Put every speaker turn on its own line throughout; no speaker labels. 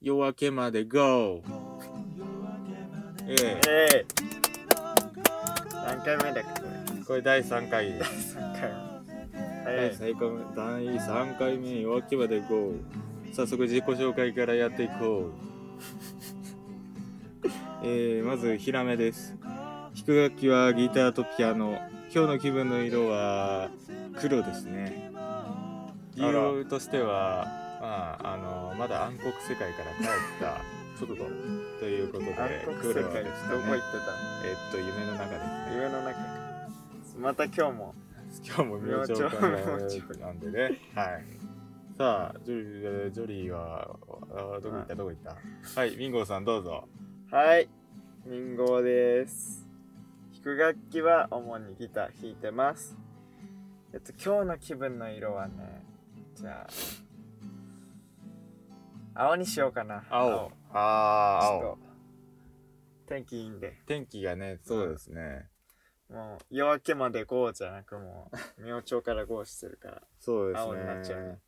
夜明けまで GO! ええ
えー、何回目だっけこれ
これ第3回です。
3回目早い
第
です
3回目、第3回目、夜明けまで GO! 早速自己紹介からやっていこ う。えー、まず、ヒラメです。弾く楽器はギターとピアノ。今日の気分の色は黒ですね。理由としては、まあ、あの、まだ暗黒世界から帰った直後ということで、
暗黒世
黒
界
でした
どこ行っ
ね
て。た
えっと、夢の中ですね
の。夢の中かまた今日も
今日も明朝からなんでね。はい。さあ、ジョリー、ジョリーは、あどこ行った、どこ行った。はい、ミンゴーさん、どうぞ。
はいミンゴーです弾く楽器は主にギター弾いてますえっと今日の気分の色はねじゃあ青にしようかな
青。ああ、
ちょ
青。
っと天気いいんで
天気がね、そうですね。
もう夜明けまでゴーじゃなくもう明朝からゴーしてる から
そうですね。
青になっちゃうね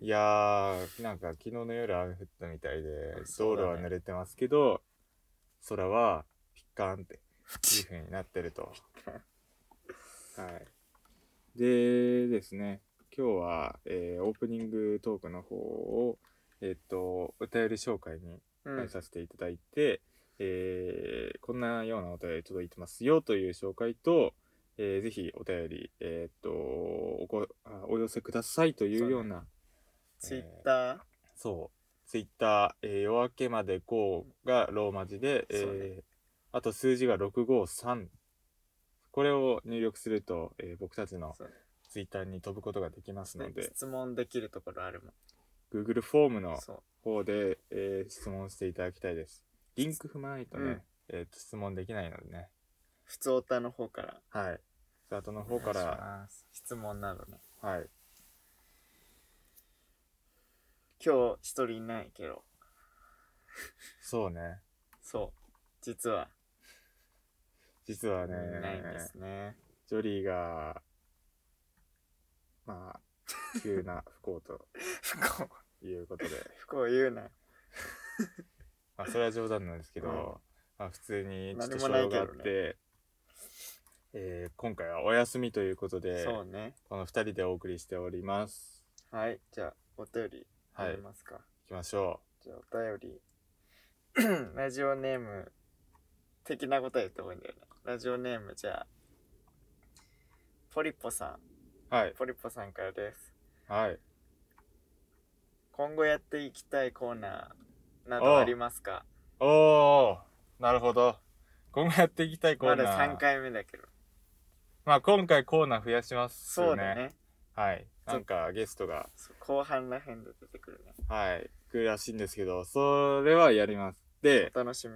いやー、なんか昨日の夜雨降ったみたいで、道
そう
路
だね
は濡れてますけど、空はピッカーンっていう風になってると。はい。でですね、今日は、えーオープニングトークの方を、えっと、お便り紹介に
う
変え
ん
させていただいて、えーこんなようなお便り届いてますよという紹介と、えーぜひお便り、えーっとおこあお寄せくださいというような
ツイッター
そうツイッター、えー夜明けまで5がローマ字で、えー
そうね
あと数字が653これを入力すると、えー僕たちの
そうね
ツイッターに飛ぶことができますので
質問できるところあるも
Google フォームの
んそ
方で、えー質問していただきたいです。リンク踏まないとね、
うん
えーと質問できないのでね。
う普通歌の方から
はい。スタートの方か
お願いし
ら、
ます質問などね
はい。
今日一人いないけど
そうね。
そう実は
実はいね、
ないんですね
ジョリーが、まあ、急な不幸と
不幸
いうことで、
不幸言うな
まあ、それは冗談なんですけど、
うん
まあ、普通にちょっと
何も
所
ない
用
け
があ
ど
っ
ね
て、えー今回はお休みということで、
そうね
この2人でお送りしております。
はいじゃあお便り
は
あ
い、
り
行
ますか、
きましょ
じゃあお便り ラジオネーム的なことは言った方がいいんだよねラジオネームじゃあポリポさ
う。はい
ん、ポリポさんからです
はい。
今後やっていきたいコーナーなどありますか
おー、なるほど。今後やっていきたいコー
ま
ナー。
だ3回目だけど
まあ今回コーナー増やしますよ
そうだね
はい。なんかゲストが、
そう後半らへんで出てくるね
はい、来るらしいんですけど、それはやります。で、
お楽しみ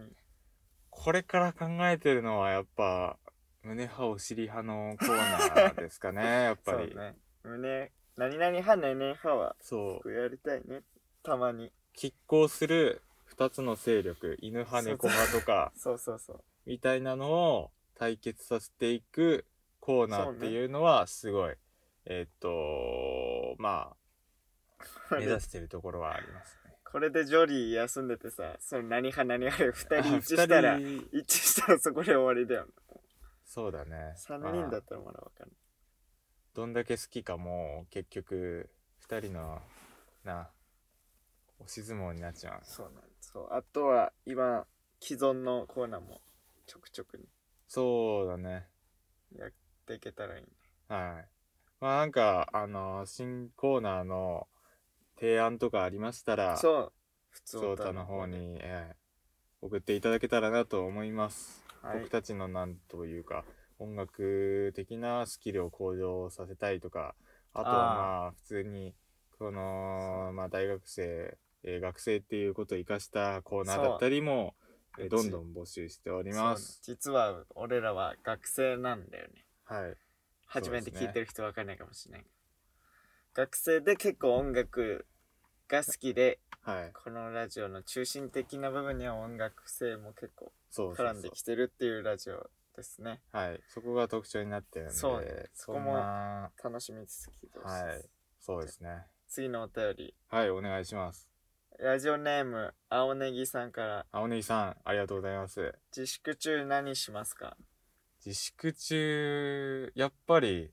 これから考えてるのはやっぱ、胸派、お尻派のコーナーです かね、やっぱ
そう
り。
ね胸何々派何々派は
そう
僕やりたいねたまに
拮抗する二つの勢力、犬派、猫派とか、
そうそうそう
みたいなのを対決させていくコーナーっていうのはすごい、えーっとまあ目指してるところはありますね。
これでジョリー休んでてさ、その何派何派で
あ
2人一致したら、
二人
一致したらそこで終わりだよ、ね。
そうだね。
3人
ま
だ
あ
ったらまだわかんない。
どんだけ好きかもう結局2人のな押し相撲になっちゃう。
そうなんですそう。あとは今、既存のコーナーもちょくちょくに
そうだね。
やっていけたらいいね。
はい。まあなんかあの新コーナーの提案とかありましたら
そう。普通
ソータの方。に、ええ送っていただけたらなと思います、
はい
僕たちのなんというか音楽的なスキルを向上させたいとかあとは
あ
まあ普通にこのまあ大学生、えー学生っていうことを生かしたコーナーだったりも、えー
そ
ど
う
んどん募集しております
そう実は俺らは学生なんだよね。
はい
初めて
そうですね
聞いてる人わかんないかもしれない。学生で結構音楽が好きで、
はい
このラジオの中心的な部分には音楽性も結構
そうそう
絡
そうん
できてるっていうラジオですね。
はいそこが特徴になってるんで
そうねそこも
んな
楽しみに続きてほしいです
はいそうですね
次のお便り、
はいお願いします
ラジオネーム青ネギさんから
青ネギさんありがとうございます
自粛中何しますか
自粛中やっぱり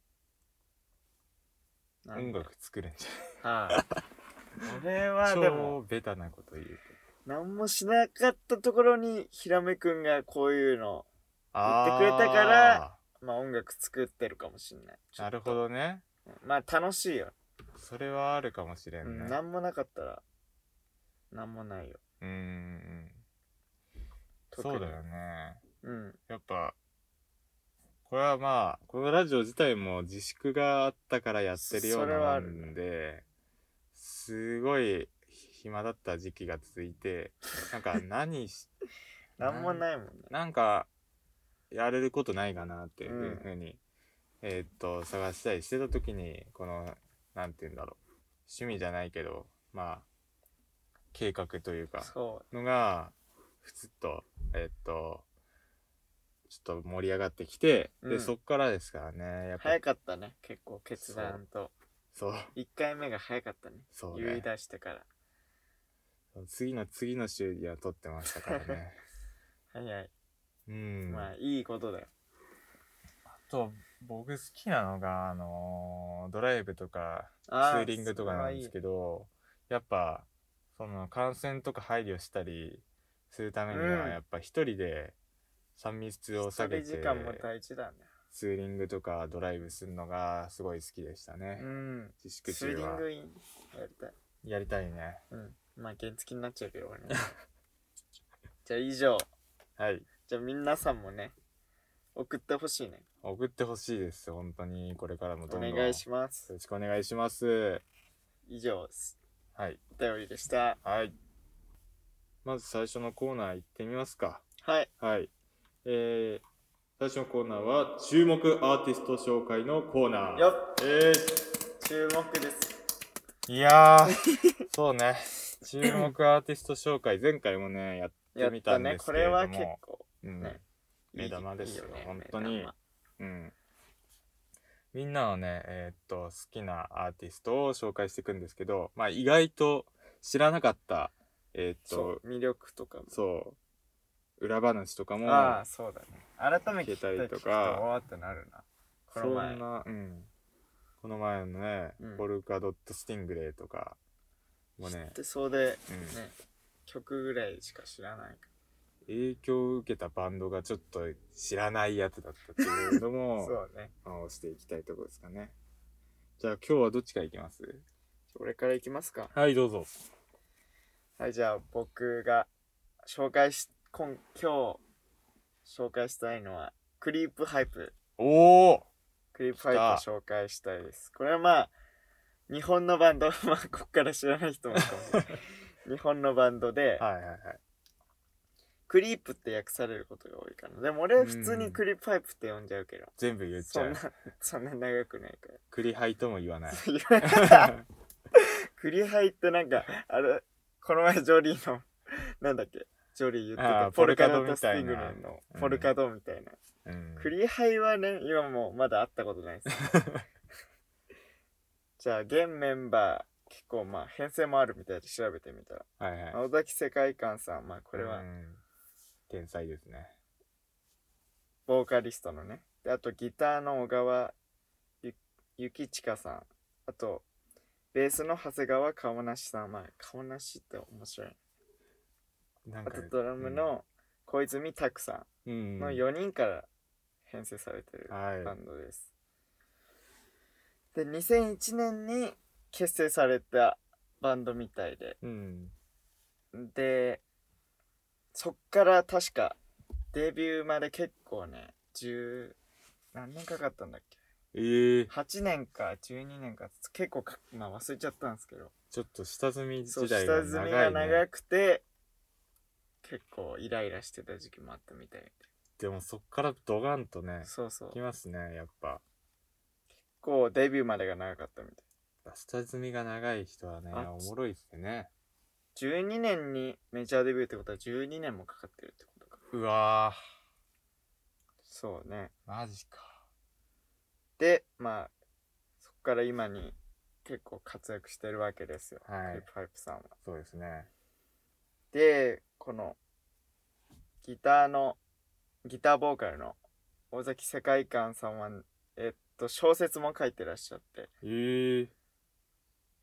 なん
音
か
楽作るんじ
はいこれ
ゃな
はいでも
超ベタなこと言うと
何もしなかったところにひらめくんがこういうの
あー
言ってくれたからまあ音楽作ってるかもしんない
なるほどね
まあ楽しいよ、
それはあるかもしれ
うん
ね
ん、何もなかったら何もないよ
うーん
特に
そうだよね
うん
やっぱこれはまあこのラジオ自体も自粛があったからやってるよう
それ
な
は
な
ある
んですごい暇だった時期が続いてなん か何し
何もないもんね
なんかやれることないかなっていうふうに、えーっと探したりしてた時にこのなんて言うんだろう趣味じゃないけどまあ計画というか
そ
のがふつっとえーっとちょっと盛り上がってきて、
う
で
ん
そっからですからねや
う
っぱ
早かったね結構決断と
そう
1回目が早かったね
そう
言い
ね
出してから
次の次の週には撮ってましたから ね
早い、
うん、
まあいいことだよ
と僕好きなのがあのードライブとかツ
あー
ーリングとかなんですけどやっぱその感染とか配慮したりするために
う
は
ん
やっぱ一人で3密を避け
一人
て
時間も大事だね
ツーリングとかドライブするのがすごい好きでしたね、
うん
自粛
ツー
中
リン
は
グインやりたい
やりたいね
うんまあ原付になっちゃうけど俺ね じゃあ以上
はい
じゃあ皆さんもね送ってほしいね
送ってほしいです本当にこれからもど
お
んどん
願い
よ
します
ろしくお願いします
以上す
はい
お便りでした
はいまず最初のコーナー行ってみますか
はい
はい。えー、最初のコーナーは、注目アーティスト紹介のコーナー。
よっ
え
注目です
ー、いや ー、そうね。注目アーティスト紹介、前回もね、やっ
や
て
っ
み
た
たん
ね
です
こ
けれ
れ
ども。
は結構
うん
ねいい
目玉ですよ
いいね
本当に
目玉
うん。みんなのね、えーっと、好きなアーティストを紹介していくんですけど、まあ、意外と知らなかった、えーっ
そ
と、
う魅力とかも
そう、裏話とかも、
ああそうだね改めて聞いた
聞けた
り
りと
と
か
かおーってなるなこの前
そんな、うん、この前のね、
うん
ポルカドットスティングレイとかもね、
でそうで
うん
ね曲ぐらいしか知らないか
影響を受けたバンドがちょっと知らないやつだったっていうの
ら そ
も
うね
直していきたいところですかねじゃあ今日はどっちからいきます
俺からいきますか
はいどうぞ
はいじゃあ僕が紹介し今今日紹介したいのはクリープハイプ
おお
クリープハイプ
来
紹介したいですこれはまあ日本のバンド まあこっから知らない人もいるかもしれ ない日本のバンドで、
はいはいはい
クリープって訳されることが多いかなでも俺は普通にクリープハイプって呼んじゃうけど、
全部言っち
そ
ゃ
ん
う
なそんな長くないから
クリハイとも言わない
クリハイってなんかあれこの前ジョリーのなんだっけジョリー言って
あー
たポルカドとスティングル
ポルカドみたい
の
うん
ポルカドみたいな、
うん
クリハイはね今もうまだ会ったことないです じゃあ現メンバー結構まあ編成もあるみたいで調べてみたら
はいはい
尾崎世界観さんまあこれ
う
は
ん天才ですね
ボーカリストのねであとギターの小川ゆゆきちかさんあとベースの長谷川顔なしさんまあ顔なしって面白い
なん
あ
か
とドラムの小泉拓さ
うん
んの4人から編成されてる
はい
バンドです。で2001年に結成されたバンドみたいで
うん
でそっから確かデビューまで結構ね10何年かかったんだっけ
えー、
8年か12年か結構かまあ忘れちゃったんですけど
ちょっと下積み
そう
時
下
代が長い、ね、
積みが長くて結構イライラしてた時期もあったみたいで
でもそっからドガンとね
そうそう
きますねやっぱ
こうデビューまでが長かったみたい
下積みが長い人はね
あ
おもろいっすね
12年にメジャーデビューってことは12年もかかってるってことか
うわ
そうね
ーマジか
でまあそこから今に結構活躍してるわけですよ、
は
クリ
い
ップハイプさんは
そうですね
でこのギターのギターボーカルの尾崎世界観さんはえっと小説も書いてらっしゃって
ええ知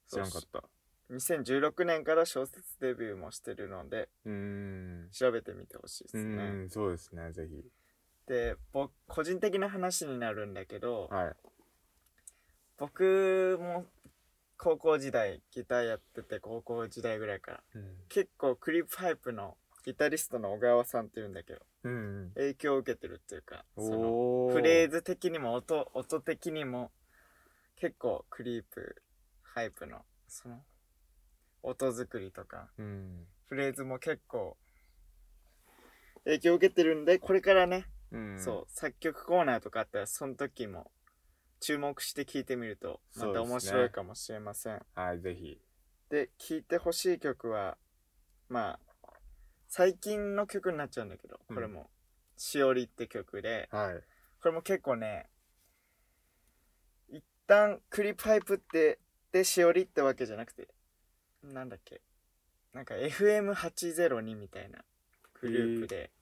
そう
らんかった
2016年から小説デビューもしてるので
うーん
調べてみてほしいで
う
すね、
ーんそうですねぜひ
で僕個人的な話になるんだけど、
はい
僕も高校時代ギターやってて高校時代ぐらいから
うん
結構クリープハイプのギタリストの小川さんっていうんだけど
うん
影響を受けてるっていうかその
おお
フレーズ的にも音音的にも結構クリープハイプのその音作りとか
うん
フレーズも結構影響を受けてるんでこれからね、
うん
そう作曲コーナーとかあったらその時も注目して聴いてみるとまた
そう
面
ですね
白いかもしれません
はいぜひ
で聴いてほしい曲はまあ最近の曲になっちゃうんだけどこれも「しおり」って曲で、
はい
これも結構ね一旦クリパイプってでしおりってわけじゃなくてなんだっけなんか FM802 みたいなグループで、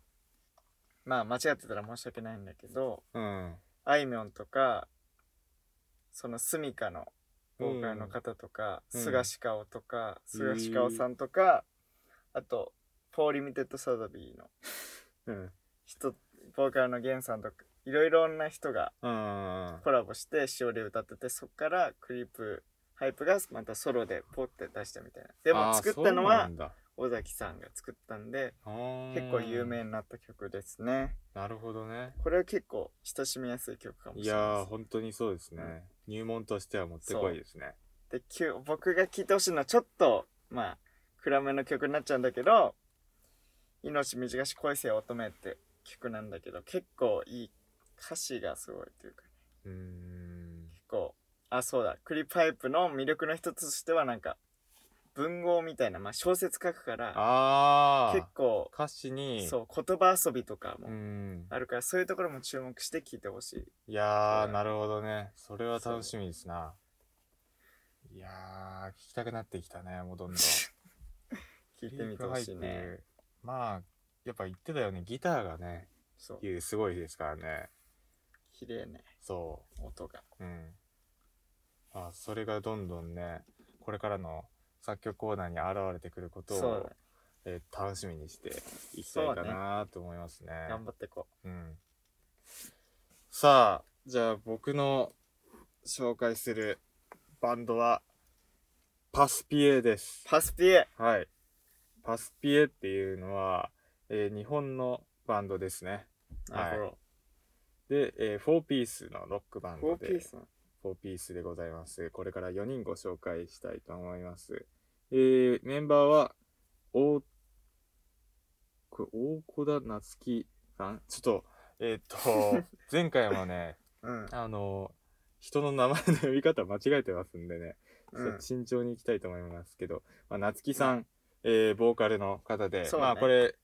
まあ間違ってたら申し訳ないんだけど
うん
あいみょんとかそのスミカのボーカルの方とか、
うん
菅氏顔とか
へ
菅
ー
氏顔さんとか、あとポーリミテッドサザビーの
うん
人ボーカルのゲンさんとかいろいろな人が
あ
コラボしてしおり歌っててそっからクリープハイプがまたソロでポッて出したみたいなでも作ったのは尾崎さんが作ったんで
結
結構有名になった曲ですね
なるほどね
これは結構親しみやすい曲かもし
い
れな
や
い
ー本当にそうですね、
うん
入門としてはもってこいですね
ですできゅ僕が聴いてほしいのはちょっとまあ暗めの曲になっちゃうんだけど「命短し恋せよ乙女」って曲なんだけど結構いい歌詞がすごいというか
うーん
結構あそうだクリパイプの魅力の一つとしてはなんか文豪みたいな、まあ、小説書くから
あ
結
あ
構
歌詞に
そう言葉遊びとか
う
も
ん
あるから、そういうところも注目して聞いてほしい
いや
う
ー
ん
なるほどねそれは楽しみですないやー聞きたくなってきたねもう どんどん
聞いてみてほしい
クリープハ
ね
イプまあやっぱ言ってたよねギターがね
そう
すごいですからね
綺麗ね
そ
音が
ううんあそれがどんどんねこれからの作曲コーナーに現れてくること
そうだ
を
ね
えー楽しみにしていきたいかなと思いますね。
頑張ってこ
うん、さあじゃあ僕の紹介するバンドはパスピエです
う。パスピエ
はい。パスピエっていうのは、えー日本のバンドですね。
なるほ
で、えー、4ピースのロックバン
ど
ド
4ピー
で
スなの
4ピースでございます。これから4人ご紹介したいと思います。えー、メンバーは、大、これ、大小田夏樹さんちょっと、えーっ と、前回もね、
うん
あの、人の名前の呼び方間違えてますんでね、ち
う
ょっ
ん
と慎重にいきたいと思いますけど、まあ、夏樹さん、えーボーカルの方で、
そうだね
まあこれ、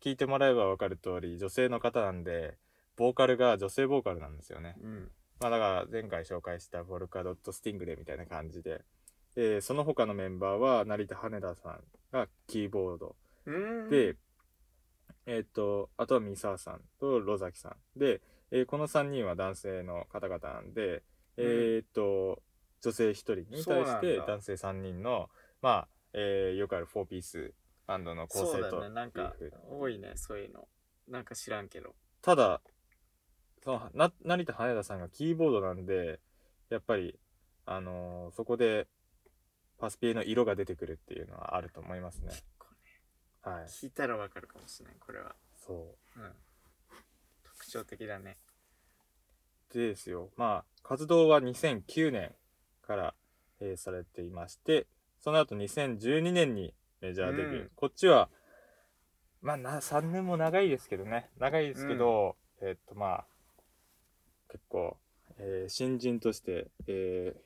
聞いてもらえばわかる通り、女性の方なんで、ボーカルが女性ボーカルなんですよね。
うん
まあだから前回紹介したボルカドットスティングレみたいな感じで、えーその他のメンバーは成田羽田さんがキーボード
うーん
で、えーっとあとは三沢さんとロザキさんで、えーこの3人は男性の方々なんで、
うん
えーっと女性1人に対し
そう
て
なんだ
男性3人のまあ、えーよくある4ピースバンドの構
そ
成
うだ
と
ねなんか
いうふう
多いねそういうのなんか知らんけど
ただそのな成田羽田さんがキーボードなんでやっぱり、あのーそこでパスピエの色が出てくるっていうのはあると思いますね。
結構ね
はい、
聞いたらわかるかもしれないこれは
そ
うん特徴的だね
うでですよまあ活動は2009年から、えーされていましてその後2012年にメジャーデビュー、
うん
こっちはまあな3年も長いですけどね長いですけど、えーっとまあ結構、えー新人として、えー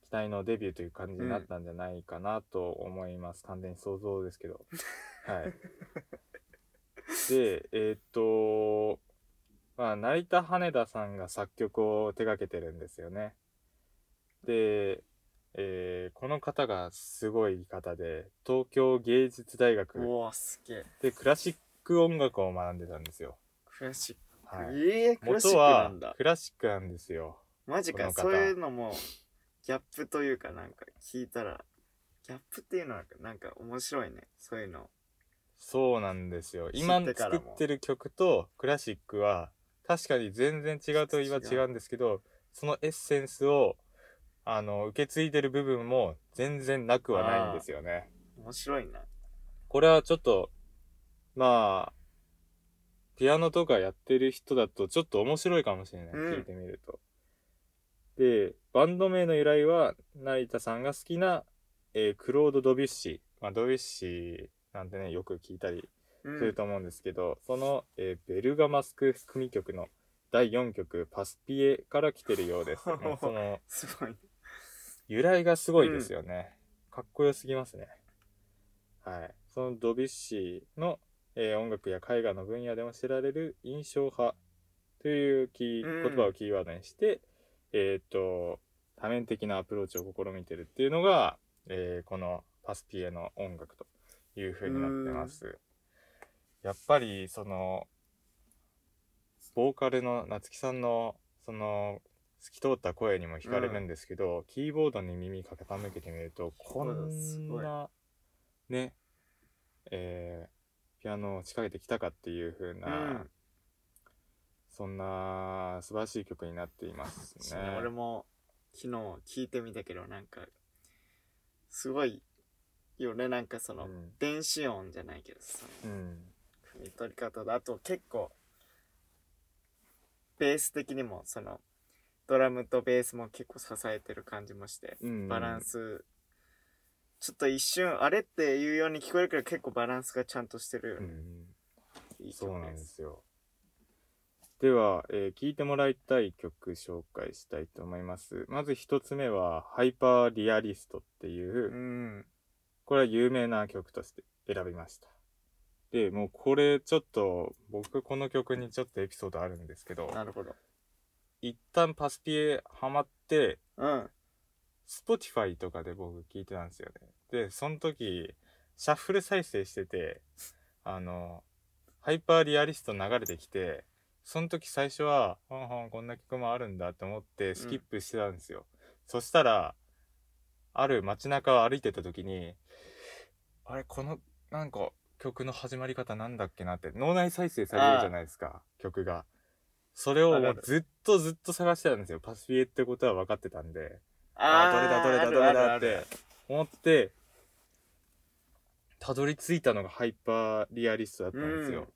期待のデビューという感じになったんじゃないかなと思います、完全に想像ですけ どはいでえーっとまあ成田羽田さんが作曲を手掛けてるんですよねでえーこの方がすごい方で東京芸術大
う
学
わすげえ
でクラシック音楽を学んでたんですよ、
クラシック、
はい、
ええクラシ
元
ックな
は
んだ
クラシックなんですよ
マジか
この
そ
方
ういうのもギャップというかなんか聞いたらギャップっていうのはなんか面白いねそういうの
そうなんですよ
知って
今
から
作
も
ってる曲とクラシックは確かに全然違うと言えば違うんですけどそのエッセンスをあの受け継いでる部分も全然なくはないんですよね
面白いな
これはちょっとまあピアノとかやってる人だとちょっと面白いかもしれない、
うん
聞いてみるとでバンド名の由来は成田さんが好きな、えークロード・ドビュッシー、まあ、ドビュッシーなんてねよく聞いたり
う
する
ん、
と思うんですけど、その、えーベルガマスク組曲の第4曲「パスピエ」から来てるようです、ね その
すごい
由来がすごいですよね、かっこよすぎますねはいそのドビュッシーの、えー音楽や絵画の分野でも知られる印象派というキー
うん
言葉をキーワードにして、えーっと多面的なアプローチを試みてるっていうのが、えーこのパスピエの音楽という風になってますやっぱりそのボーカルの夏木さんのその透き通った声にも惹かれるんですけど、キーボードに耳傾けてみるとこ
そうだす
ん
ごい
なねえーピアノを仕掛けてきたかっていう風な、
うん
そんな素晴らしい曲になっています
そう
ね
ね。俺も昨日聞いてみたけどなんかすごいよねなんかその、
うん
電子音じゃないけどその
うん、
汲み取り方だあと結構ベース的にもそのドラムとベースも結構支えてる感じもして
うん
バランス、ちょっと一瞬あれっていうように聞こえるけど結構バランスがちゃんとしてるよ
う
ね、
ん
いい
そ
曲
うなんですよ。では、えー、聴いてもらいたい曲紹介したいと思います。まず一つ目は、ハイパーリアリストっていう、
うん
これは有名な曲として選びました。で、もうこれちょっと、僕この曲にちょっとエピソードあるんですけど、
なるほど
一旦パスピエハマって、
うん
Spotify とかで僕聞いてたんですよね。で、その時、シャッフル再生してて、あの、ハイパーリアリスト流れてきて、その時最初は、ほんほんこんな曲もあるんだと思ってスキップしてたんですよ。そしたら、ある街中を歩いてた時に、あれ、この、なんか、曲の始まり方なんだっけなって、脳内再生されるじゃないですか、曲が。それをも
わ
う
かる
ずっとずっと探してたんですよ。パスピエってことは分かってたんで。
ー
ああどれだどれだどれだっ
あるあるあ
て
る
思ってたどり着いたのがハイパーリアリストだったんですよ、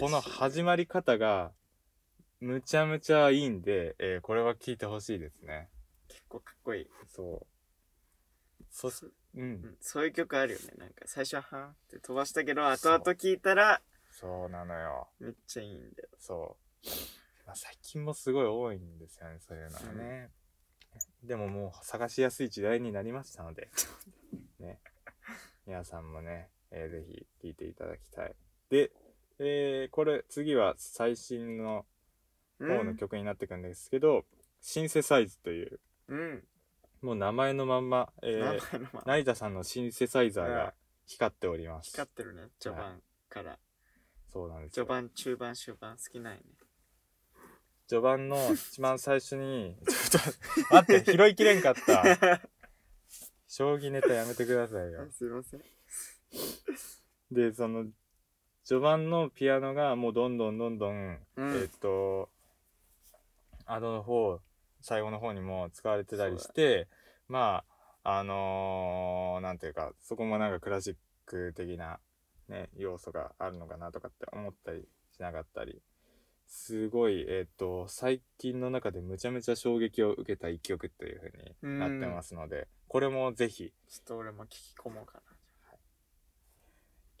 この始まり方がむちゃむちゃいいんで、えーこれは聞いてほしいですね
結構かっこいい
そうそしう
うんんそういう曲あるよねなんか最初ははーって飛ばしたけど後々聞いたら
そうなのよ
めっちゃいいんだよ
そう、まあ、最近もすごい多いんですよねそういうのはね、でももう探しやすい時代になりましたの でね皆さんもね、えーぜひ聞いていただきたいで、えーこれ次は最新の方の曲になってくんですけど、シンセサイズという
うん、うん
もう名前のまんま、え
名前
ー
のまま
成田さんのシンセサイザー
うん
が光っております、
光ってるね序盤から、
そうなんですよ
序盤中盤終盤好きないね
序盤の一番最初に ちょっと待って拾いきれんかった 将棋ネタやめてくださいよ
すいません
でその序盤のピアノがもうどんどんどんどん、
うん
えーっとアドの方最後の方にも使われてたりしてまああのー、なんていうかそこもなんかクラシック的な、ね、要素があるのかなとかって思ったりしなかったりすごいえーっと最近の中でむちゃめちゃ衝撃を受けた一曲というふうになってますので、これもぜひ
ちょっと俺も聞き込もうかな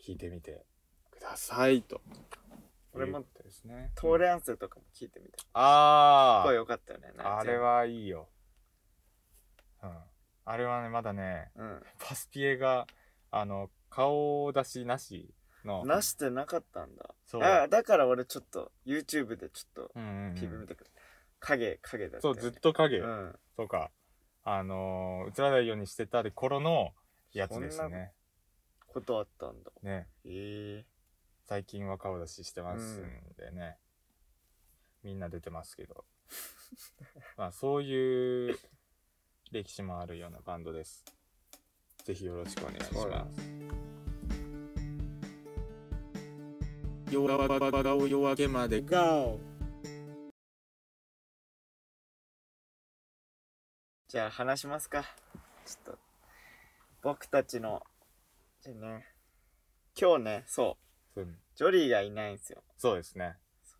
聞いてみてくださいと。
俺
い
も
うことですね。
トーレアンスとかも聞いてみた
あ
声よかったよねなん
あ、
か
あれはいいよ。うん。あれはね、まだね、
うん
パスピエが、あの、顔出しなしの。
なしてなかったんだ
そう
あだから俺ちょっと YouTube でちょっと
うんうんうん、
PV 見てくる、影影だった
そ
よ
う、
ね
ずっと影、
うん
とか、あのー映らないようにしてたり頃のやつです
そんな
ね。
ことあったんだ。
ね。
ええ
最近は顔出ししてます
うん
んでね、みんな出てますけどまあそういう歴史もあるようなバンドですぜひよろしくお願いし
そうだ
ます夜明けまで
じゃあ話しますか。ちょっと、僕たちの、じゃあね、今日ね、そう、
うん
ジョリーがいないんですよ。
そうですね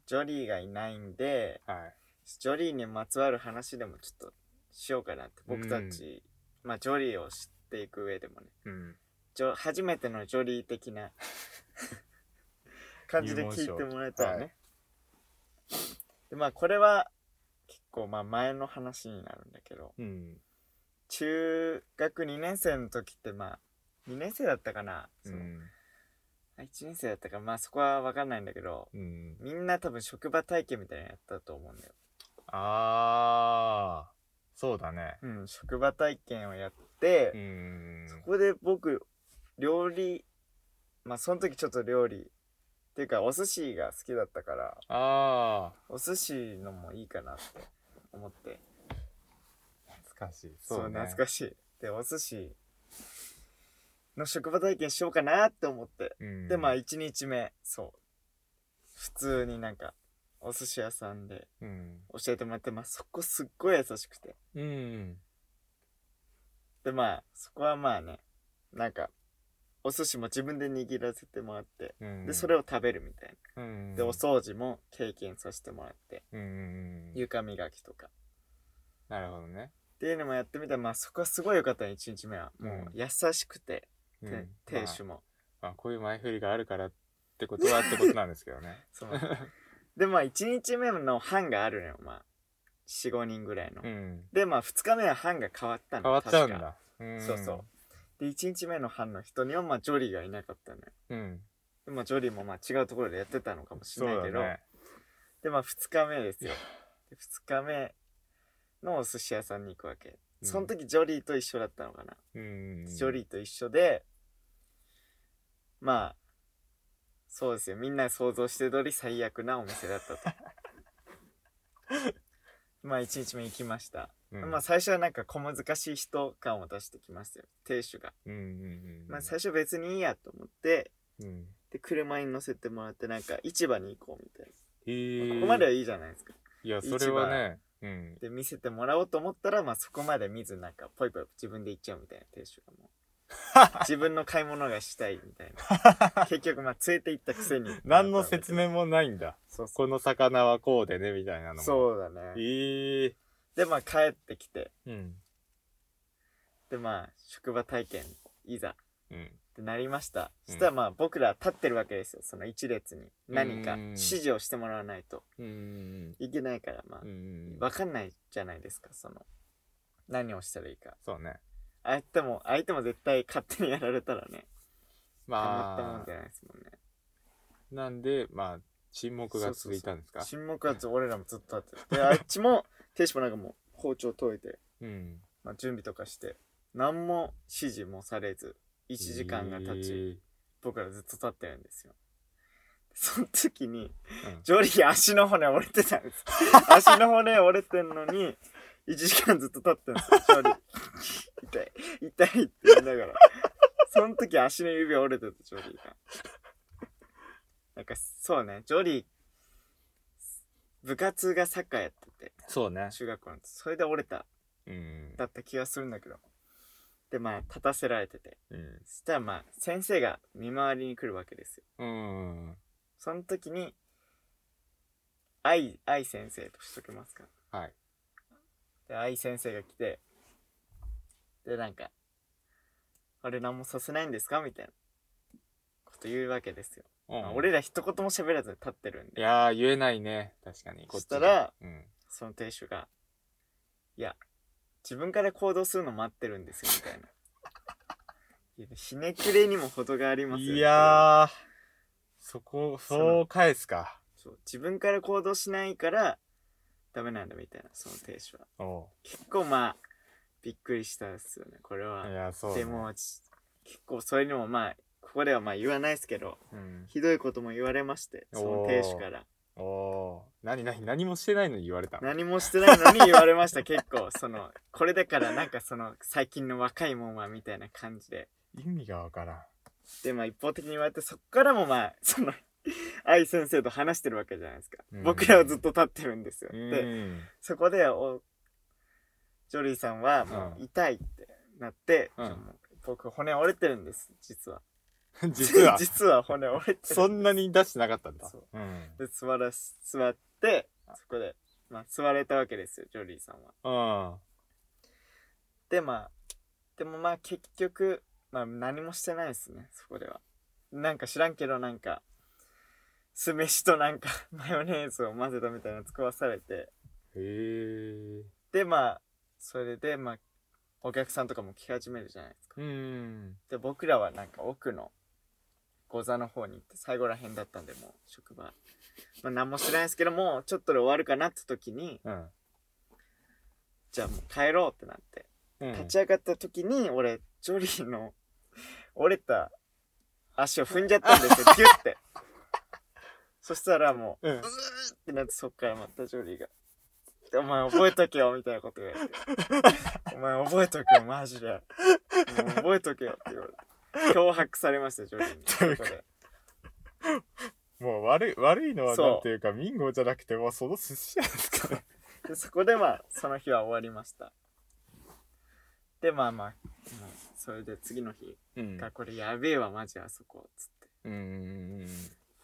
ジョリーがいないんで、
はい
ジョリーにまつわる話でもちょっとしようかなって。僕たち、まあ、ジョリーを知っていく上でもね、
うん
ジョ初めてのジョリー的な感じで聞いてもらえたらね。
入門書はい
で、まあ、これは結構、まあ、前の話になるんだけど、
うん
中学2年生の時って、まあ、2年生だったかな、
う
その
ん
あ1年生だったかまあ、そこは分かんないんだけど、
うん
みんな多分職場体験みたいなのやったと思うんだよ。
ああそうだね
うん、職場体験をやって、
うん
そこで僕料理まあその時ちょっと料理っていうかお寿司が好きだったから
ああ
お寿司のもいいかなって思って
懐かしい
そう,、
ね
懐かしいでお寿司の職場体験しようかなって思って、
うん
でまあ1日目そう普通になんかお寿司屋さんで
うん
教えてもらってまあそこすっごい優しくて
うん
でまあそこはまあねなんかお寿司も自分で握らせてもらって
うん
でそれを食べるみたいな
うん
で、お掃除も経験させてもらって、
うんうんうん、
床磨きとか。
なるほどね。
っていうのもやってみたら、まあそこはすごい良かったね、1日目は。
う
もう
ん
優しくて、て
うん
亭主も。
まあまあこういう前振りがあるからってことはってことなんですけど ね。
そう で、まあ1日目の班があるのよ、まあ。4、5人ぐらいの。
うん、
で、まあ2日目は班が変わったの。
変わっちゃうん
確か。
だ。ん
そうそう。。で、1日目の班の人には、まあジョリーがいなかったのよ。
うん、
でまあジョリーもまあ違うところでやってたのかもし
そう
れない
だ
けど、
ね。
で、まあ2日目ですよ。で2日目のお寿司屋さんに行くわけ。
うん
その時ジョリーと一緒だったのかな。
うん、
ジョリーと一緒で、まあ、そうですよ。みんな想像して通り最悪なお店だ ったと。まあ、1日目行きました。
うん、
まあ、最初はなんか小難しい人感を出してきましたよ。亭主が。
うんうんうん、
まあ、最初別にいいやと思って、
うん、
で、車に乗せてもらって、なんか市場に行こうみたい
えー、
な。ここまではいいじゃないですか。
いや、それはね、うん、
で、見せてもらおうと思ったら、まあ、そこまで見ず、なんか、ぽいぽい自分で行っちゃうみたいな、亭主がもう。 自分の買い物がしたいみたいな。結局、まあ、連れて行ったくせに。
何の説明もないんだ。
そうそ
この魚はこうでねみたいなの
う。
も。
そうだ
え
ね。
ー、
で、まあ、帰ってきて、
うん、
で、まあ、職場体験、いざ、っ
うん、
てなりました。
う
そ
ん
したら、まあ、僕ら立ってるわけですよ。その一列に。何か
うん
指示をしてもらわないと
うん、
いけないから、まあ
うん、う、ん、
わかんないじゃないですか、その、何をしたらいいか。
そうね。
相手も、相手も絶対勝手にやられたらね。たまったも
ま
んじ
あ
ゃないですもんね。
なんでまあ沈黙が続いたんですか。
沈黙はず俺らもずっとあって。で、あっちも、亭主もなんかもう包丁研いで、
うん。
まあ、準備とかして、何も指示もされず、1時間が経ち、僕らずっと立ってるんですよ。その時
う
に、
ん
ジョリー足の骨折れてたん です。足の骨折れてんのに、1時間ずっと立ってんですよ、ジョリー。痛い、痛いって言いながら。その時足の指折れてた、ジョリーが。なんか、そうね、ジョリー、部活がサッカーやってて、
そうね。
中学校の時、それで折れた、
うん。
だった気がするんだけど。で、まあ、立たせられてて。
うん。
そしたらまあ、先生が見回りに来るわけですよ
うん。
その時に、愛、愛先生としときますか。
はい。
で、愛先生が来て、で、なんか、あれ何もさせないんですかみたいなこと言うわけですよ。まあ俺
ら。
ら一言も喋らずに立ってるん
い
で、
やー、言えないね。確かに。こっち
そしたら、
うん。
その亭主が、いや、自分から行動するの待ってるんですよ、みたい な。いやひねくれにも程がありますよ、
いやー、そこ、そう返すか。
そう自分から行動しないから、ダメなんだ、みたいな、その亭主は。
おう。
結構まあびっくりしたですよねこれはい
や、そう、ね。
でもち結構それにもまあここではまあ言わないですけど
うん。
ひどいことも言われましてその亭主から
おおー。何何何もしてないのに言われたの。
何もしてないのに言われ ました結構そのこれだからなんかその最近の若いもんはみたいな感じで
意味がわからん。
でまあ一方的に言われてそっからもまあその愛先生と話してるわけじゃないですか、
うん
僕らはずっと立ってるんですよ、
う
で
ん。
そこでおジョリーさんはもう痛いってなって、
うん
もう僕骨折れてるんです実は
実は、
実は骨折れて
そ
る
んなに出してなかったんだ
そう。
うん。
で座らす座ってそこで、まあ、座れたわけですよジョリーさんは
うん。
でまあでもまあ結局、まあ、何もしてないですねそこではなんか知らんけどなんか酢飯となんか マヨネーズを混ぜたみたいなの使わされて
へえ。
でまあそれでまあお客さんとかも来始めるじゃないですか
うん。
で僕らはなんか奥の御座の方に行って最後らへんだったんでもう職場、まあ、何もしてないですけどもうちょっとで終わるかなって時に
うん。
じゃあもう帰ろうってなって
うん
立ち上がった時に俺ジョリーの 折れた足を踏んじゃったんですよギュ ッてそしたらも
うん
ううーってなってそっからまたジョリーが「お前覚えとけよ」みたいなこと言われて「お前覚えとけよマジでもう覚えとけよ」って言われて脅迫されましたジョリー にそこで
もう悪い、悪いのは
そう
なんていうか、ミンゴじゃなくて、もうその寿司屋ですから。
でそこでまあその日は終わりましたでまあまあもうそれで次の日
うん
が「これやべえわマジあそこ」つって。
うんうん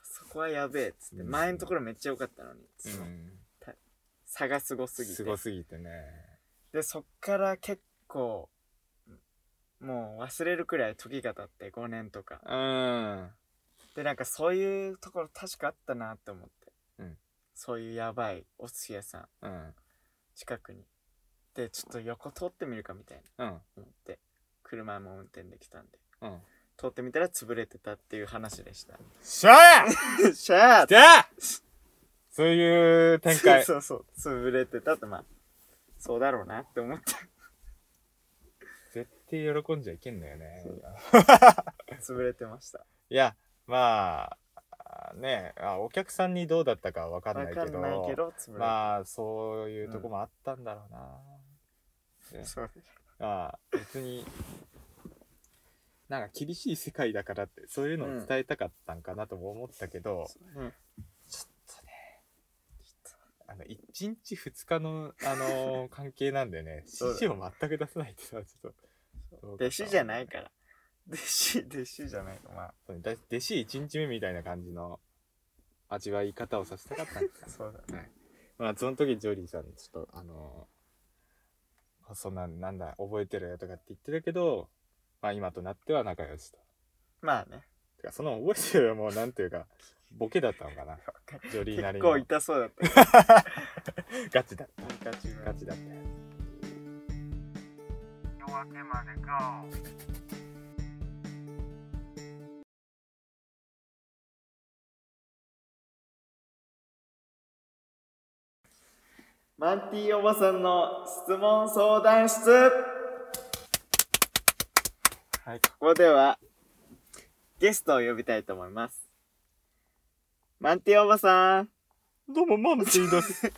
そこはやべえっつって、
うん
前のところめっちゃ良かったのに、
う
その
ん。
差がすごすぎて
すごすぎてね。
でそっから結構もう忘れるくらい時が経って5年とか
うん。
でなんかそういうところ確かあったなって思って、
うん
そういうやばいお寿司屋さん
うん。
近くにでちょっと横通ってみるかみたいな
うん。
思って車も運転できたんで
うん。
通ってみたら潰れてたっていう話でした
しゃあ
シャー
じゃあそういう展開。
そうそうそう潰れてたってまあそうだろうなって思って
絶対喜んじゃいけんのよね
そう。潰れてました
いや、まあ、ねあお客さんにどうだったかは分かん
わ
ない
か
け
ん
ど、
ないけど潰れて、
まあ、そういうとこもあったんだろうな。ね
そう
まあ、別に、なんか厳しい世界だからって、そういうのを伝えたかったんかなとも思ったけど、
うん
ちょっとね、あの、1日2日の、あの ー関係なんでね、
そう
指
だ
示を全く出さないってのはちょっと、
弟子じゃないいから弟子弟子じゃないまあ
弟弟子1日目みたいな感じの味わい方をさせたかったん です
そうだね
まあ、その時、ジョリーさん、ちょっと、あのーそんな、なんだ、覚えてるよとかって言ってるけど、まあ、今となっては仲良しと。
まあね
てか、その覚えてるよりも、なんていうか、ボケだったのかな。ジョリーな
結
り
構
の。
痛そうだったよ
ガチだ。
ガチ
ガチだったよ。
夜明けまでかマンティーおばさんの質問相談室はい、ここではゲストを呼びたいと思います。マンティーおばさん
どうも、マンチー です。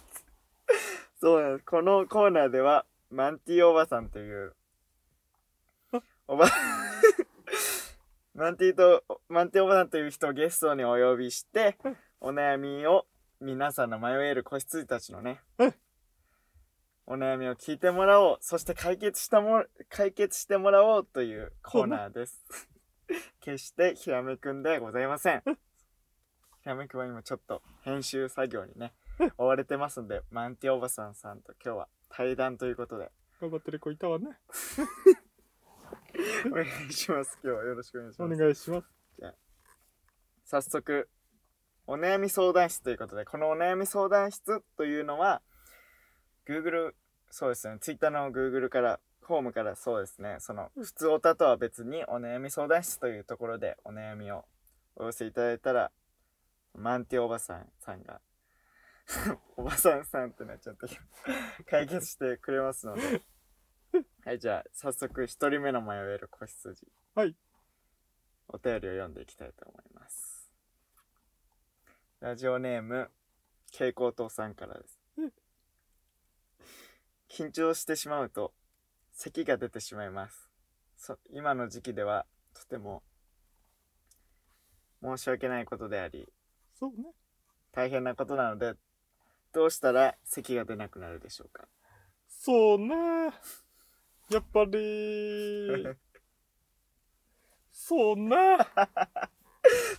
そうなんです。このコーナーでは、マンティおばさんという、おば、 マンティと、マンティおばさんという人をゲストにお呼びして、お悩みを、皆さんの迷える子羊たちのね
うん、
お悩みを聞いてもらおう、そして解決したも、解決してもらおうというコーナーです。決してひらめくんではございません。ひらめくんは今ちょっと編集作業にね、追われてますんで、マンティおばさんさんと今日は対談ということで、
頑張ってる子いたわね。
お願いします。今日はよろしくお願いし
お
ます。
願いします。
早速、お悩み相談室ということで、このお悩み相談室というのは、Google、そうですね、Twitter の Google から、ホームからそうですね、その、普通オタとは別にお悩み相談室というところでお悩みをお寄せいただいたら、マンティおばさんさんが、 おばさんさんってなっちゃったけど、解決してくれますので、はい、じゃあ、早速、一人目の迷える子羊。
はい。
お便りを読んでいきたいと思います。ラジオネーム、蛍光灯さんからです。 緊張してしまうと、咳が出てしまいます。そ今の時期では、とても、申し訳ないことであり、
そうね。
大変なことなので、どうしたら咳が出なくなるでしょうか
そうね。やっぱ り。そうね。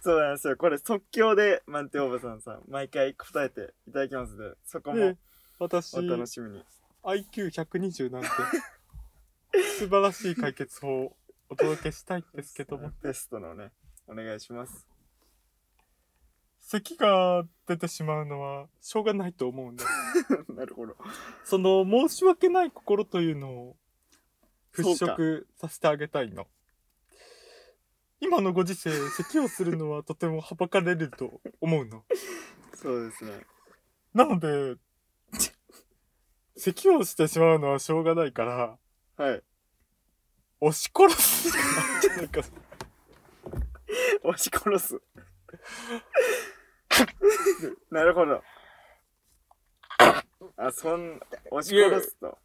そうなんですよ。これ即興で満点おばさんさん、毎回答えていただきますので、そこも
ね私、
お楽しみに。
IQ120 なんて、素晴らしい解決法をお届けしたいんですけども、
ベストのね、お願いします。
咳が出てしまうのはしょうがないと思うんで、
なるほど。
その申し訳ない心というのを
そ
払
うか
拭させてあげたいの。今のご時世、咳をするのはとてもはばかれると思うの。
そうですね。
なので、咳をしてしまうのはしょうがないから、
はい。
押し殺すしかないんじゃないか。
押し殺す。 なるほど。あ、そん、押し殺すと。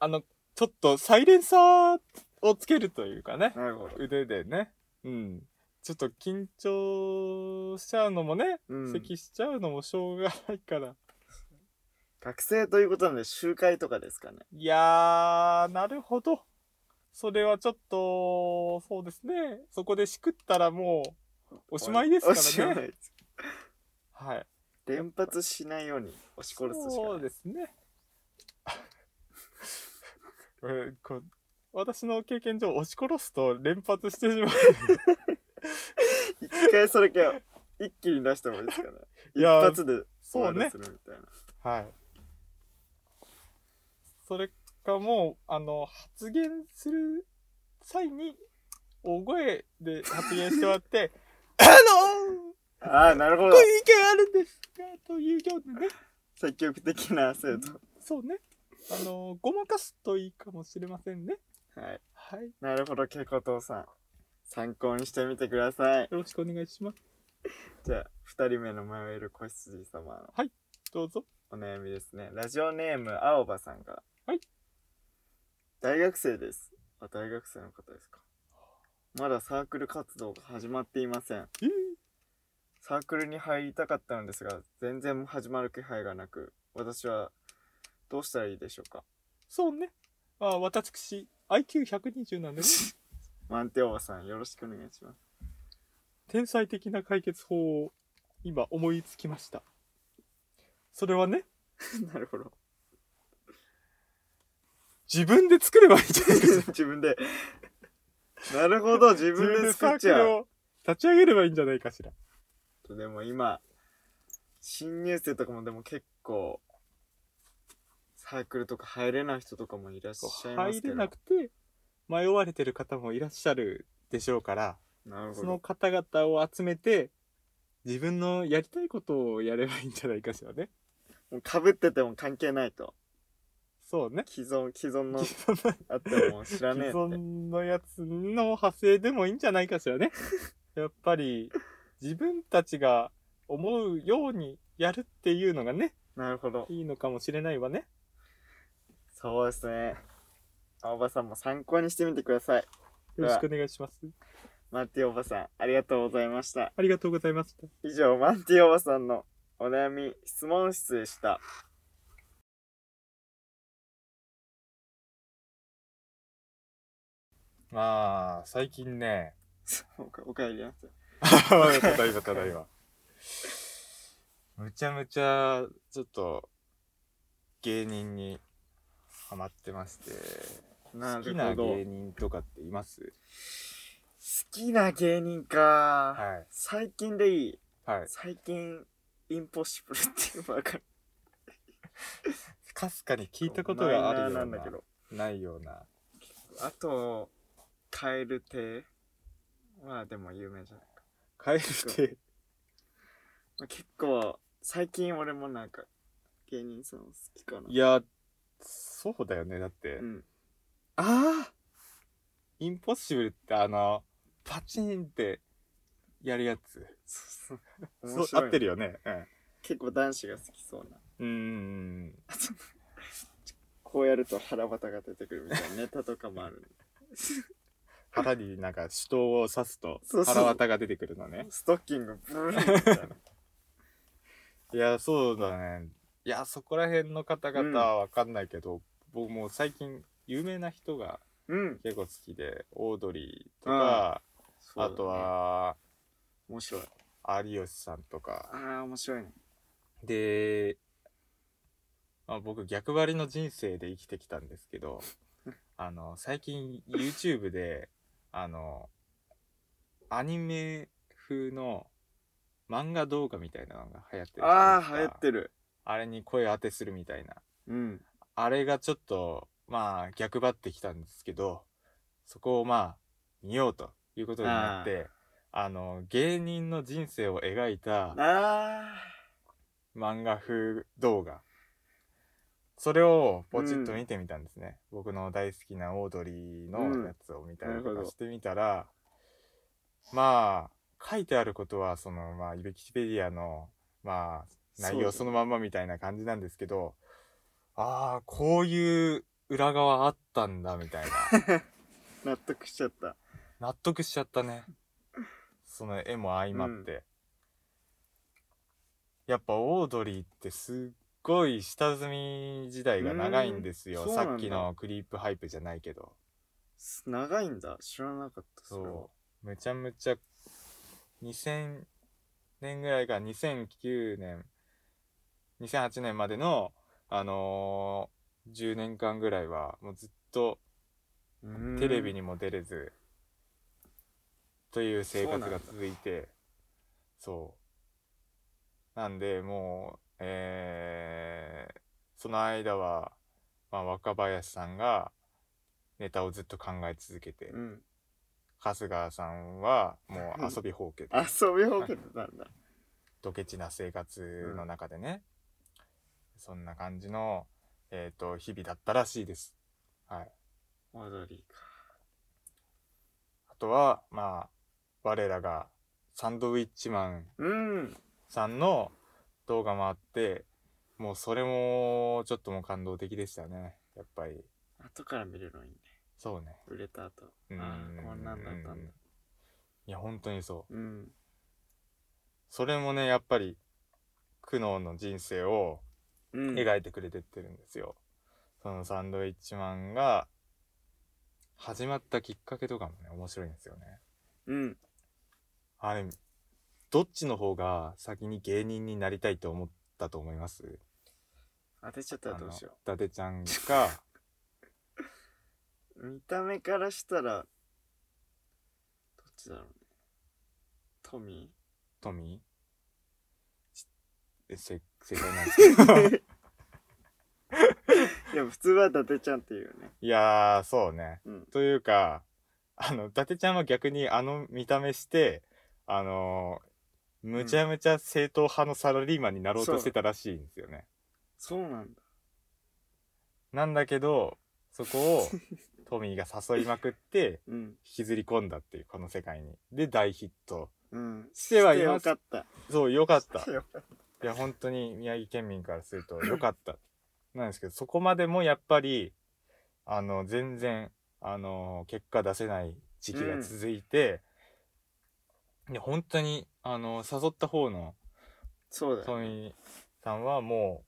あの、ちょっとサイレンサーをつけるというかね、
なるほど。
腕でね。うん。ちょっと緊張しちゃうのもね、
うん
咳しちゃうのもしょうがないから。
学生ということなので、集会とかですかね。
いやー、なるほど。それはちょっと、そうですね。そこでしくったらもう、おしまいです
おし
か
ま
ら
い
ね。はい。
連発しないように押し殺すしか
そう
ない。
ですね。これこう私の経験上、押し殺すと連発してしまう。
一回それけ一気に出した方がいいですから、ね。
い
一
やー
発で終
そ
わ
う
ら
ね
せ。るみたいな。
はい。それかもう、あの、発言する際に、大声で発言してもらって、 あの
ああ、なるほど
ご。意見あるんですかというようなね、
積極的な生徒。
そうね。あの、ごまかすといいかもしれませんね。
はい。
はい。よ
なるほど、けこ父さん。参考にしてみてください。
ろしくお願いします。
じゃあ、二人目の迷える子羊様の
どうぞ。
お悩みですね。ラジオネーム、青葉さんが。
はい。
大学生です。あ、大学生の方ですか。まだサークル活動が始まっていません。
えー
サークルに入りたかったのですが、全然始まる気配がなく、私はどうしたらいいでしょうか。
そうね。まあ、私、IQ120 なんでね、
満点おばさん、よろしくお願いします。
天才的な解決法を今思いつきました。それはね、
なるほど。
自分で作ればいいんじゃないですか。
自分で。なるほど、 自
自
分
分
で
でサー
作っ
ク
ちゃ
ルを立ち上げればいいんじゃないかしら。
う。でも今、新入生とかもでも結構、サークルとか入れない人とかもいらっしゃいま
入
すけ
れ
ど。
なくて迷われてる方もいらっしゃるでしょうから、
なるほ
その
ど。
方々を集めて、自分のやりたいことをやればいいんじゃないかしらね。
もう被ってても関係ないと。
そうね。
既存、既存の
既存の
あっても知らね え
既
って。
存のやつの派生でもいいんじゃないかしら ね。やっぱり、自分たちが思うようにやるっていうのがね、
なるほど。
いいのかもしれないわね。
そうですね。おばさんも参考にしてみてください。
よろしくお願いします。
マンティおばさん、ありがとうございました。
ありがとうございました。
以上、マンティおばさんのお悩み、質問室でした。
まあ、最近ね、
そうか、おかえりなさい。
ただいまただいま。むちゃむちゃ、ちょっと、芸人にハマってまして、好
なる
き
ほ
な
ど。
芸
好
人とかっています
きな芸人か、
はい
最近でいい。
はい。
最近、インポッシブルっていうわかる。
かすかに聞いたことがあるよ
マ
う
イナーなん
な
だ、けど。
ないような。
あと、カエル亭はでも有名じゃないか。
帰って、
まあ結構、最近俺もなんか、芸人さん好きかな。
いや、そうだよね。だって、
うん。ああ
インポッシブルってあの、パチンってやるやつ。
そうそう。
そ
面
う、
白い
合
ね
ってるよね。
結構男子が好きそうな。
うん。うん。
こうやると腹旗が出てくるみたいなネタとかもある。
腹になんか手刀を刺すと
そうそう
腹綿が出てくるのね。
ストッキングブルーみたいな。
いや、そうだね。いや、そこら辺の方々はわかんないけど、僕もう最近有名な人が
うん。
結構好きで、オードリーとか、
そうだ
あ
ね
と、は
面白い。
有吉さんとか。
ああ、面白いね。
で、まあ、僕逆張りの人生で生きてきたんですけ どあの最近 YouTube であのアニメ風の漫画動画みたいなのが流行ってるじゃない
あ
です
あ、
か
流行ってる。
あれに声当てするみたいな
うん。
あれがちょっとまあ逆張ってきたんですけどそこをまあ見ようということになってあの芸人の人生を描いた
あ
漫画風動画それをポチッと見てみたんですね、僕の大好きなオードリーのやつを見たり
うんな
と
るほ
か
ど
してみたら、まあ書いてあることはそのまあウィキペディアのまあ内容
そ
そのまんまみたいな感じなんですけどああこういう裏側あったんだみたいな
あ、納得しちゃった。
納得しちゃったねその絵も相まって、やっぱオードリーってすっごい下積み時代が長いんです
う
よ
ーんそうなん
さ
だ
っきのクリープハイプじゃないけど
す長いんだ。知らなかった。れは
そうむちゃむちゃ2000年ぐらいから2009年2008年までのあのー10年間ぐらいはもうずっと
うん
テレビにも出れずという生活が続いてそうなんでもうえーその間は、まあ、若林さんがネタをずっと考え続けて
うん。
春日さんはもう遊びほうけて
遊びほけてたんだ。
ドケチな生活の中でね、そんな感じの、えー、と日々だったらしいです。はい
踊りか。
あとは、まあ、我らがサンドウィッチマン
うん。
さんの動画もあって、もうそれもちょっともう感動的でしたね。やっぱり。
後から見るのいいね。
そうね。
売れた後。
う
ああ、こんなんだったんだ。。
いや、本当にそう。
うん。
それもね、やっぱり苦悩の人生を
うん。
描いてくれてってるんですよ。そのサンドウィッチマンが始まったきっかけとかもね、面白いんですよね。
うん。
あれ、どっちの方が先に芸人になりたいと思ったと思います
当てちゃったらどうしよ
あの伊達ちゃん か、
う。見た目からしたら、どっちだろうね。トミ
トミーちえ、せ、正解なん ですけど。
ーいや、普通は伊達ちゃんっていうよね。
いやー、そうね。
うん。
というか、あの、伊達ちゃんは逆にあの見た目して、あのー、むちゃむちゃ正統派のサラリーマンになろうとしてたらしいんですよね。
そうなんだ。
なんだけど、そこ をトミーが誘いまくって、
うん。
引きずり込んだっていうこの世界にで大ヒット
うん。
してはい
して
ま
よ
す
かった。
そうよかったい
よかっ
や本当に宮城県民からする とよかったなんですけどそこまでもやっぱりあの全然あの結果出せない時期が続いて、で本当にあの誘った方の
そうだよ
トミーさんはもう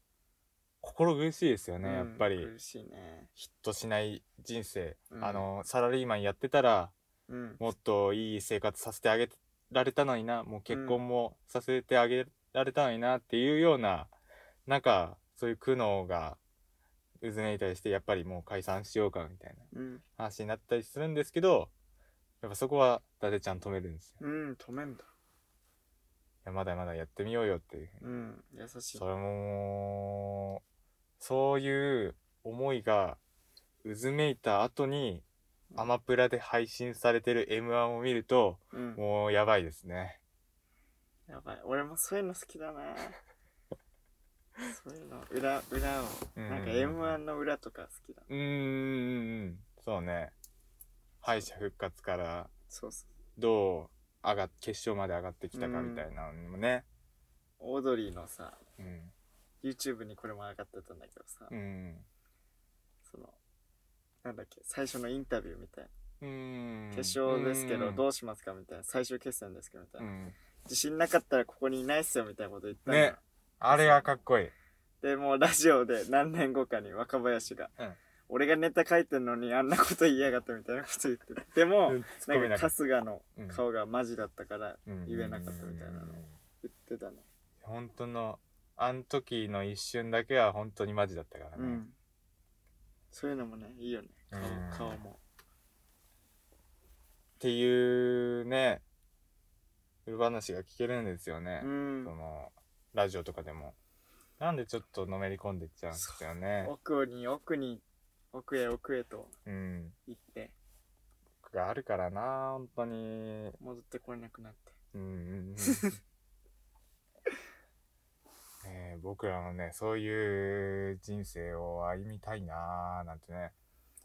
心苦しいですよね、
うん
やっぱり
苦しいね。
ヒットしない人生、
うん
あのサラリーマンやってたら
うん。
もっといい生活させてあげられたのになもう結婚もさせてあげられたのになっていうような、なんかそういう苦悩がうずめいたりしてやっぱりもう解散しようかみたいな
うん。
話になったりするんですけどやっぱそこは伊達ちゃん止めるんですよ。い
うん、止めんだ。
やまだまだやってみようよっていうふう
う
に
ん。優しい
そ。れももうそういう思いがうずめいた後にアマプラで配信されてる m 1を見ると
うん。
もうやばいですね。
やばい。俺もそういうの好きだな。 そういうの、裏、裏を。
うん
なんか M1 の裏とか好きだ。
うーんうんうんそうね敗者復活から
そうそう
どう上がっ決勝まで上がってきたかみたいなのもね
オードリーのさ
うん
YouTube にこれも上がってたんだけどさ、
うん
そのなんだっけ最初のインタビューみたいな
うん
決勝ですけどど
う
うしますかみたいな最終決戦ですけどみたい
ん、う
な、
ん、
自信なかったらここにいないっすよみたいなこと言ったのよ
ねあれがかっこいい
でもうラジオで何年後かに若林が、
うん
俺がネタ書いてんのにあんなこと言いやがったみたいなこと言ってでも、
うんツッコ
な
ミ
んか
なかっ
春日の顔がマジだったから
たうん
言えなかったみたいなの
うん
言ってたね
本当のあの時の一瞬だけは本当にマジだったから
う
ね、
んそういうのもねいいよね
うん
顔顔も
っていうね裏話が聞けるんですよね
う、ん
そのラジオとかでもなんでちょっとのめり込んでっちゃうんですよね
奥に奥に奥へ奥へと
うん
行って
があるからな本当に
戻ってこれなくなって
うんうんうん ねえ僕らのねそういう人生を歩みたいなーなんてね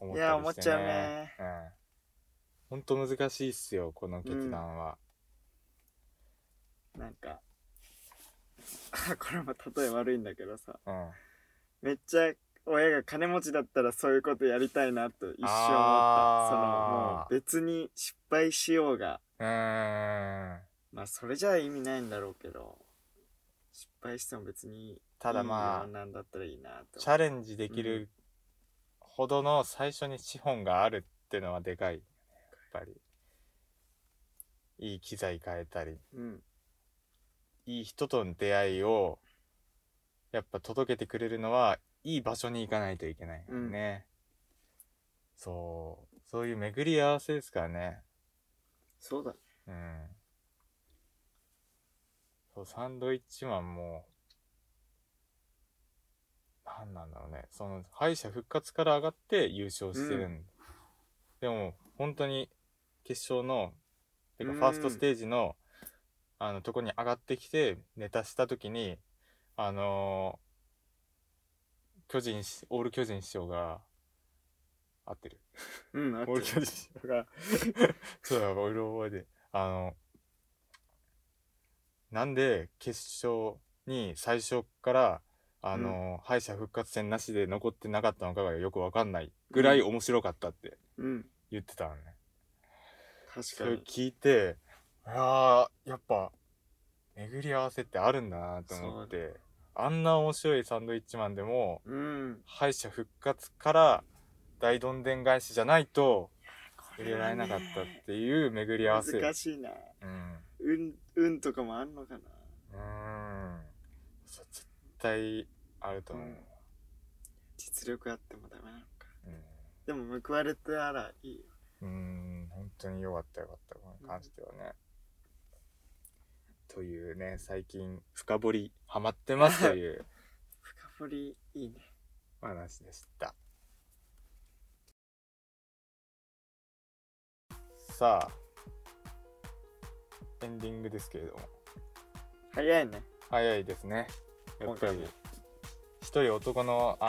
思っ
いや
た
思
り
っ
して
ちゃうね
うんほんと難しいっすよこの決断は、
なんか これも例え悪いんだけどさ
うん
めっちゃ親が金持ちだったらそういうことやりたいなと一生思ったそのも
あー
う別に失敗しようが
うーん
まあそれじゃ意味ないんだろうけど失敗しても別に
ただまあ
いいよなんだったらいいなと
チャレンジできるほどの最初に資本があるってのはでかいよねやっぱりいい機材変えたり
うん
いい人との出会いをやっぱ届けてくれるのはいい場所に行かないといけないからね、そうそういう巡り合わせですからね
そうだ
うんそうサンドイッチマンもなんなんだろうねその敗者復活から上がって優勝してるん、でも本当に決勝のてか
うん
ファーストステージの、あのとこに上がってきてネタした時にあのー巨人しオール巨人師匠が合ってる
うんあっ
俺
ち
巨人師匠がそうだ俺覚えてあのなんで決勝に最初からあの、敗者復活戦なしで残ってなかったのかがよくわかんないぐらい面白かったって
うん
言ってたのね、
確
そ
か
れ
に
聞いてあやっぱ巡り合わせってあるんだなと思っ
そ
てあんな面白いサンドイッチマンでも
うん
敗者復活から大どんでん返しじゃないと入れられなかったっていう巡り合わせ。
難しいな
うん。う
運運とかもあんのかな
ーん。そう絶対あると思う。
実力あってもダメなのか
う
でも報われたらいいよ
ん。うん、本当に良かったよかった、これに関してはね。というね、最近、深掘り、ハマってますという
深掘りいいね
お話でした。さあ、エンディングですけれども。
早いね
早いですねやっぱり
今回も
一人男のあ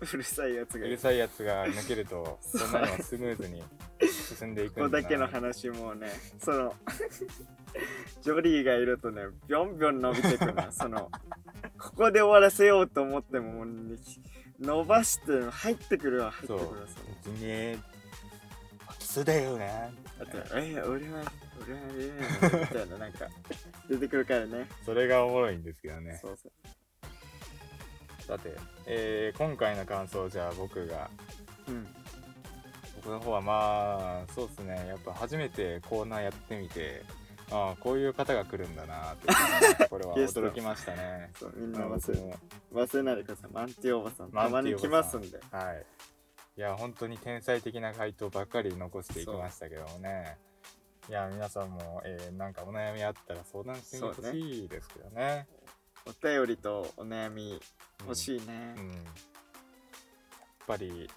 うるさいやつ
の
が
う
い
る
る
さいやつが抜けると
そう
そんなにはスムーズに進んでいく
ここ
んだ
だ
な
けの話もうねその ジョリーがいるとねビョンビョン伸びてく のそのここで終わらせようと思ってももうね伸ばして入ってくるわ入って
そ
く
う
るわその
別にねキスだよね
あと「え俺は俺はええのみたいななんか出てくるからね
それがおもろいんですけどね
そうそう
さて、えー今回の感想じゃあ僕が
うん
僕の方はまあそうですねやっぱ初めてコーナーやってみてああこういう方が来るんだなっていうねこれは
ゲスト
驚きました ね
そうみんな忘
う
れ
ん
忘れないでくださいマンティおばさん
マ
た
ンティおばさ
ま
ん
に来ますんで
はい。いや、本当に天才的な回答ばっかり残していきましたけどもね。いや、皆さんも、えーなんかお悩みあったら相談してみてほしいですけどね。
お便りとお悩み
うん
欲しい
うん。や
ね
っぱり、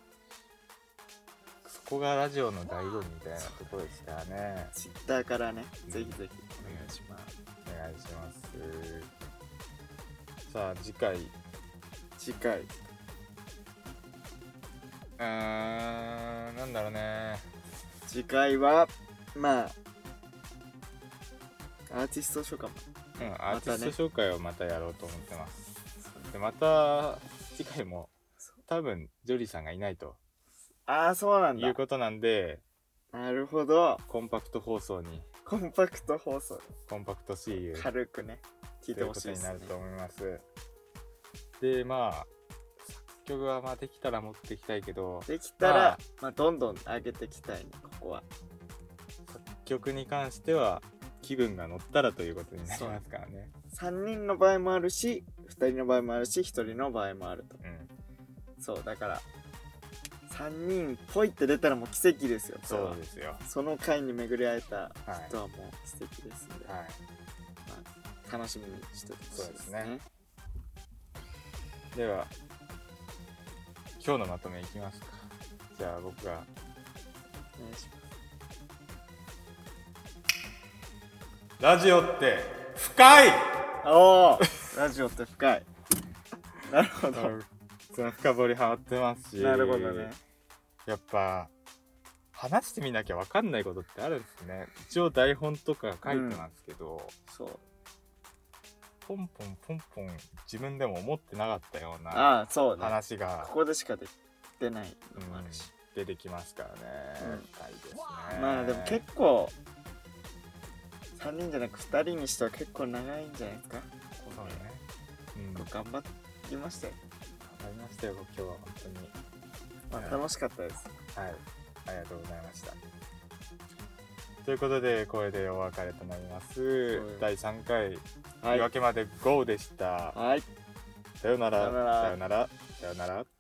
そこがラジオの醍醐味みたいなところですからね。
Twitter からねぜひぜひお願いします
お願いします。さあ、次回、
次回
うーんなんだろうね
次回はまあアーティスト書かも
うんアーティスト紹介をまたやろうと思ってます、
そう
でまた次回も
そう
多分ジョリーさんがいないと
ああそうなん
いう
だ
ことなんで
なるほど
コンパクト放送に
コンパクト放送
コンパクト CU
軽くね聞
と
い
い
て
う
ほ
こ
しい
と
で
に
す
な
ね
ると思いますでまあ作曲はまあできたら持ってきたいけど
できたら、
まあ
まあ、どんどん上げていきたいねここは
曲に関しては気分が乗ったらということになりますからね
3人の場合もあるし2人の場合もあるし1人の場合もあると
うん
そうだから3人っぽいって出たらもう奇跡ですよこれ
そ
は
うですよ
その回に巡り会えた
はい
人はもう奇跡ですんで、
はい
楽しみにしててほしいですね
そうででは今日のまとめいきますかじゃあ僕が
お願いしま
「ラジオって深い!
すおーラジオって深いなるほど、」
その深掘りハマってますし
なるほどね
やっぱ話してみなきゃ分かんないことってあるんですね一応台本とか書いてますけど、
そう
ポンポンポンポン自分でも思ってなかったような
ああそうね
話が
ここでしかで出ないのもあるし、
出てきますからね、
うん
深いですね
まあでも結構3人じゃなく2人にしては結構長いんじゃないですか
そうね、うん、頑
頑張りましたよ、
張りましたよ今日は本当に
ま
うん
あ、楽しかったです
はいありがとうございましたということでこれでお別れとなります
はい
第3回「
はい
夜明けまで GO」でした
はい
さよなら
さよ
さよな
なら
らさよなら